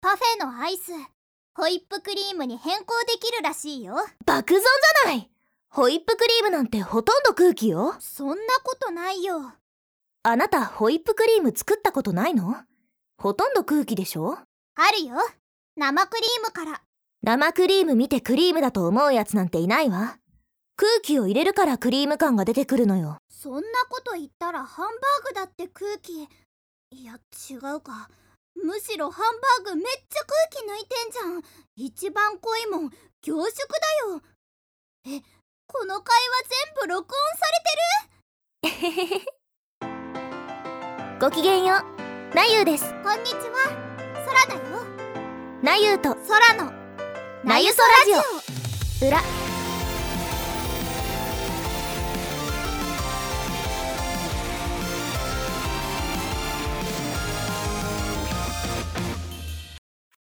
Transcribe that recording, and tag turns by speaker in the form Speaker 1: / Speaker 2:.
Speaker 1: パフェのアイスホイップクリームに変更できるらしいよ
Speaker 2: 爆損じゃないホイップクリームなんてほとんど空気よ
Speaker 1: そんなことないよ
Speaker 2: あなたホイップクリーム作ったことないのほとんど空気でしょ
Speaker 1: あるよ生クリームから
Speaker 2: 生クリーム見てクリームだと思うやつなんていないわ空気を入れるからクリーム感が出てくるのよ
Speaker 1: そんなこと言ったらハンバーグだって空気いや違うかむしろハンバーグめっちゃ空気抜いてんじゃん一番濃いもん凝縮だよえこの会話全部録音さ
Speaker 2: ごきげんようなゆうです
Speaker 1: れてるこんにちは空だよ
Speaker 2: なゆうと
Speaker 1: 空の
Speaker 2: なゆそラジオ裏